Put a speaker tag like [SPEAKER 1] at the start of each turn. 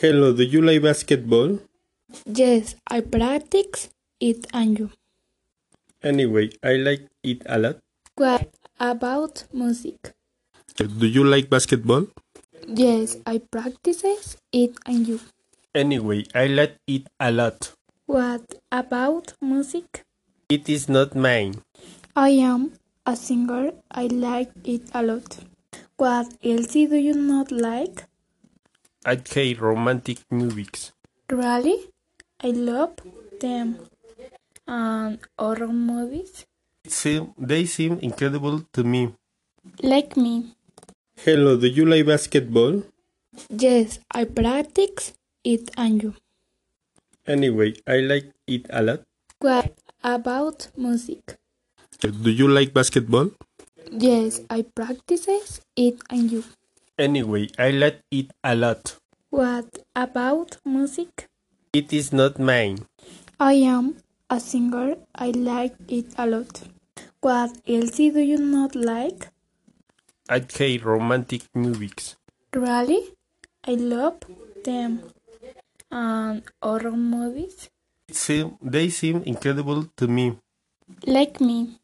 [SPEAKER 1] Hello, do you like basketball?
[SPEAKER 2] Yes, I practice it and you.
[SPEAKER 1] Anyway, I like it a lot.
[SPEAKER 2] What about music?
[SPEAKER 1] Do you like basketball?
[SPEAKER 2] Yes, I practice it and you.
[SPEAKER 1] Anyway, I like it a lot.
[SPEAKER 2] What about music?
[SPEAKER 1] It is not mine.
[SPEAKER 2] I am a singer. I like it a lot. What else do you not like?
[SPEAKER 1] I hate romantic movies.
[SPEAKER 2] Really? I love them. And horror movies?
[SPEAKER 1] It seem, they seem incredible to me.
[SPEAKER 2] Like me.
[SPEAKER 1] Hello, do you like basketball?
[SPEAKER 2] Yes, I practice it and you.
[SPEAKER 1] Anyway, I like it a lot.
[SPEAKER 2] What about music?
[SPEAKER 1] Do you like basketball?
[SPEAKER 2] Yes, I practice it and you.
[SPEAKER 1] Anyway, I like it a lot.
[SPEAKER 2] What about music?
[SPEAKER 1] It is not mine.
[SPEAKER 2] I am a singer. I like it a lot. What else do you not like?
[SPEAKER 1] I hate romantic movies.
[SPEAKER 2] Really? I love them. And horror movies?
[SPEAKER 1] It seem, they seem incredible to me.
[SPEAKER 2] Like me.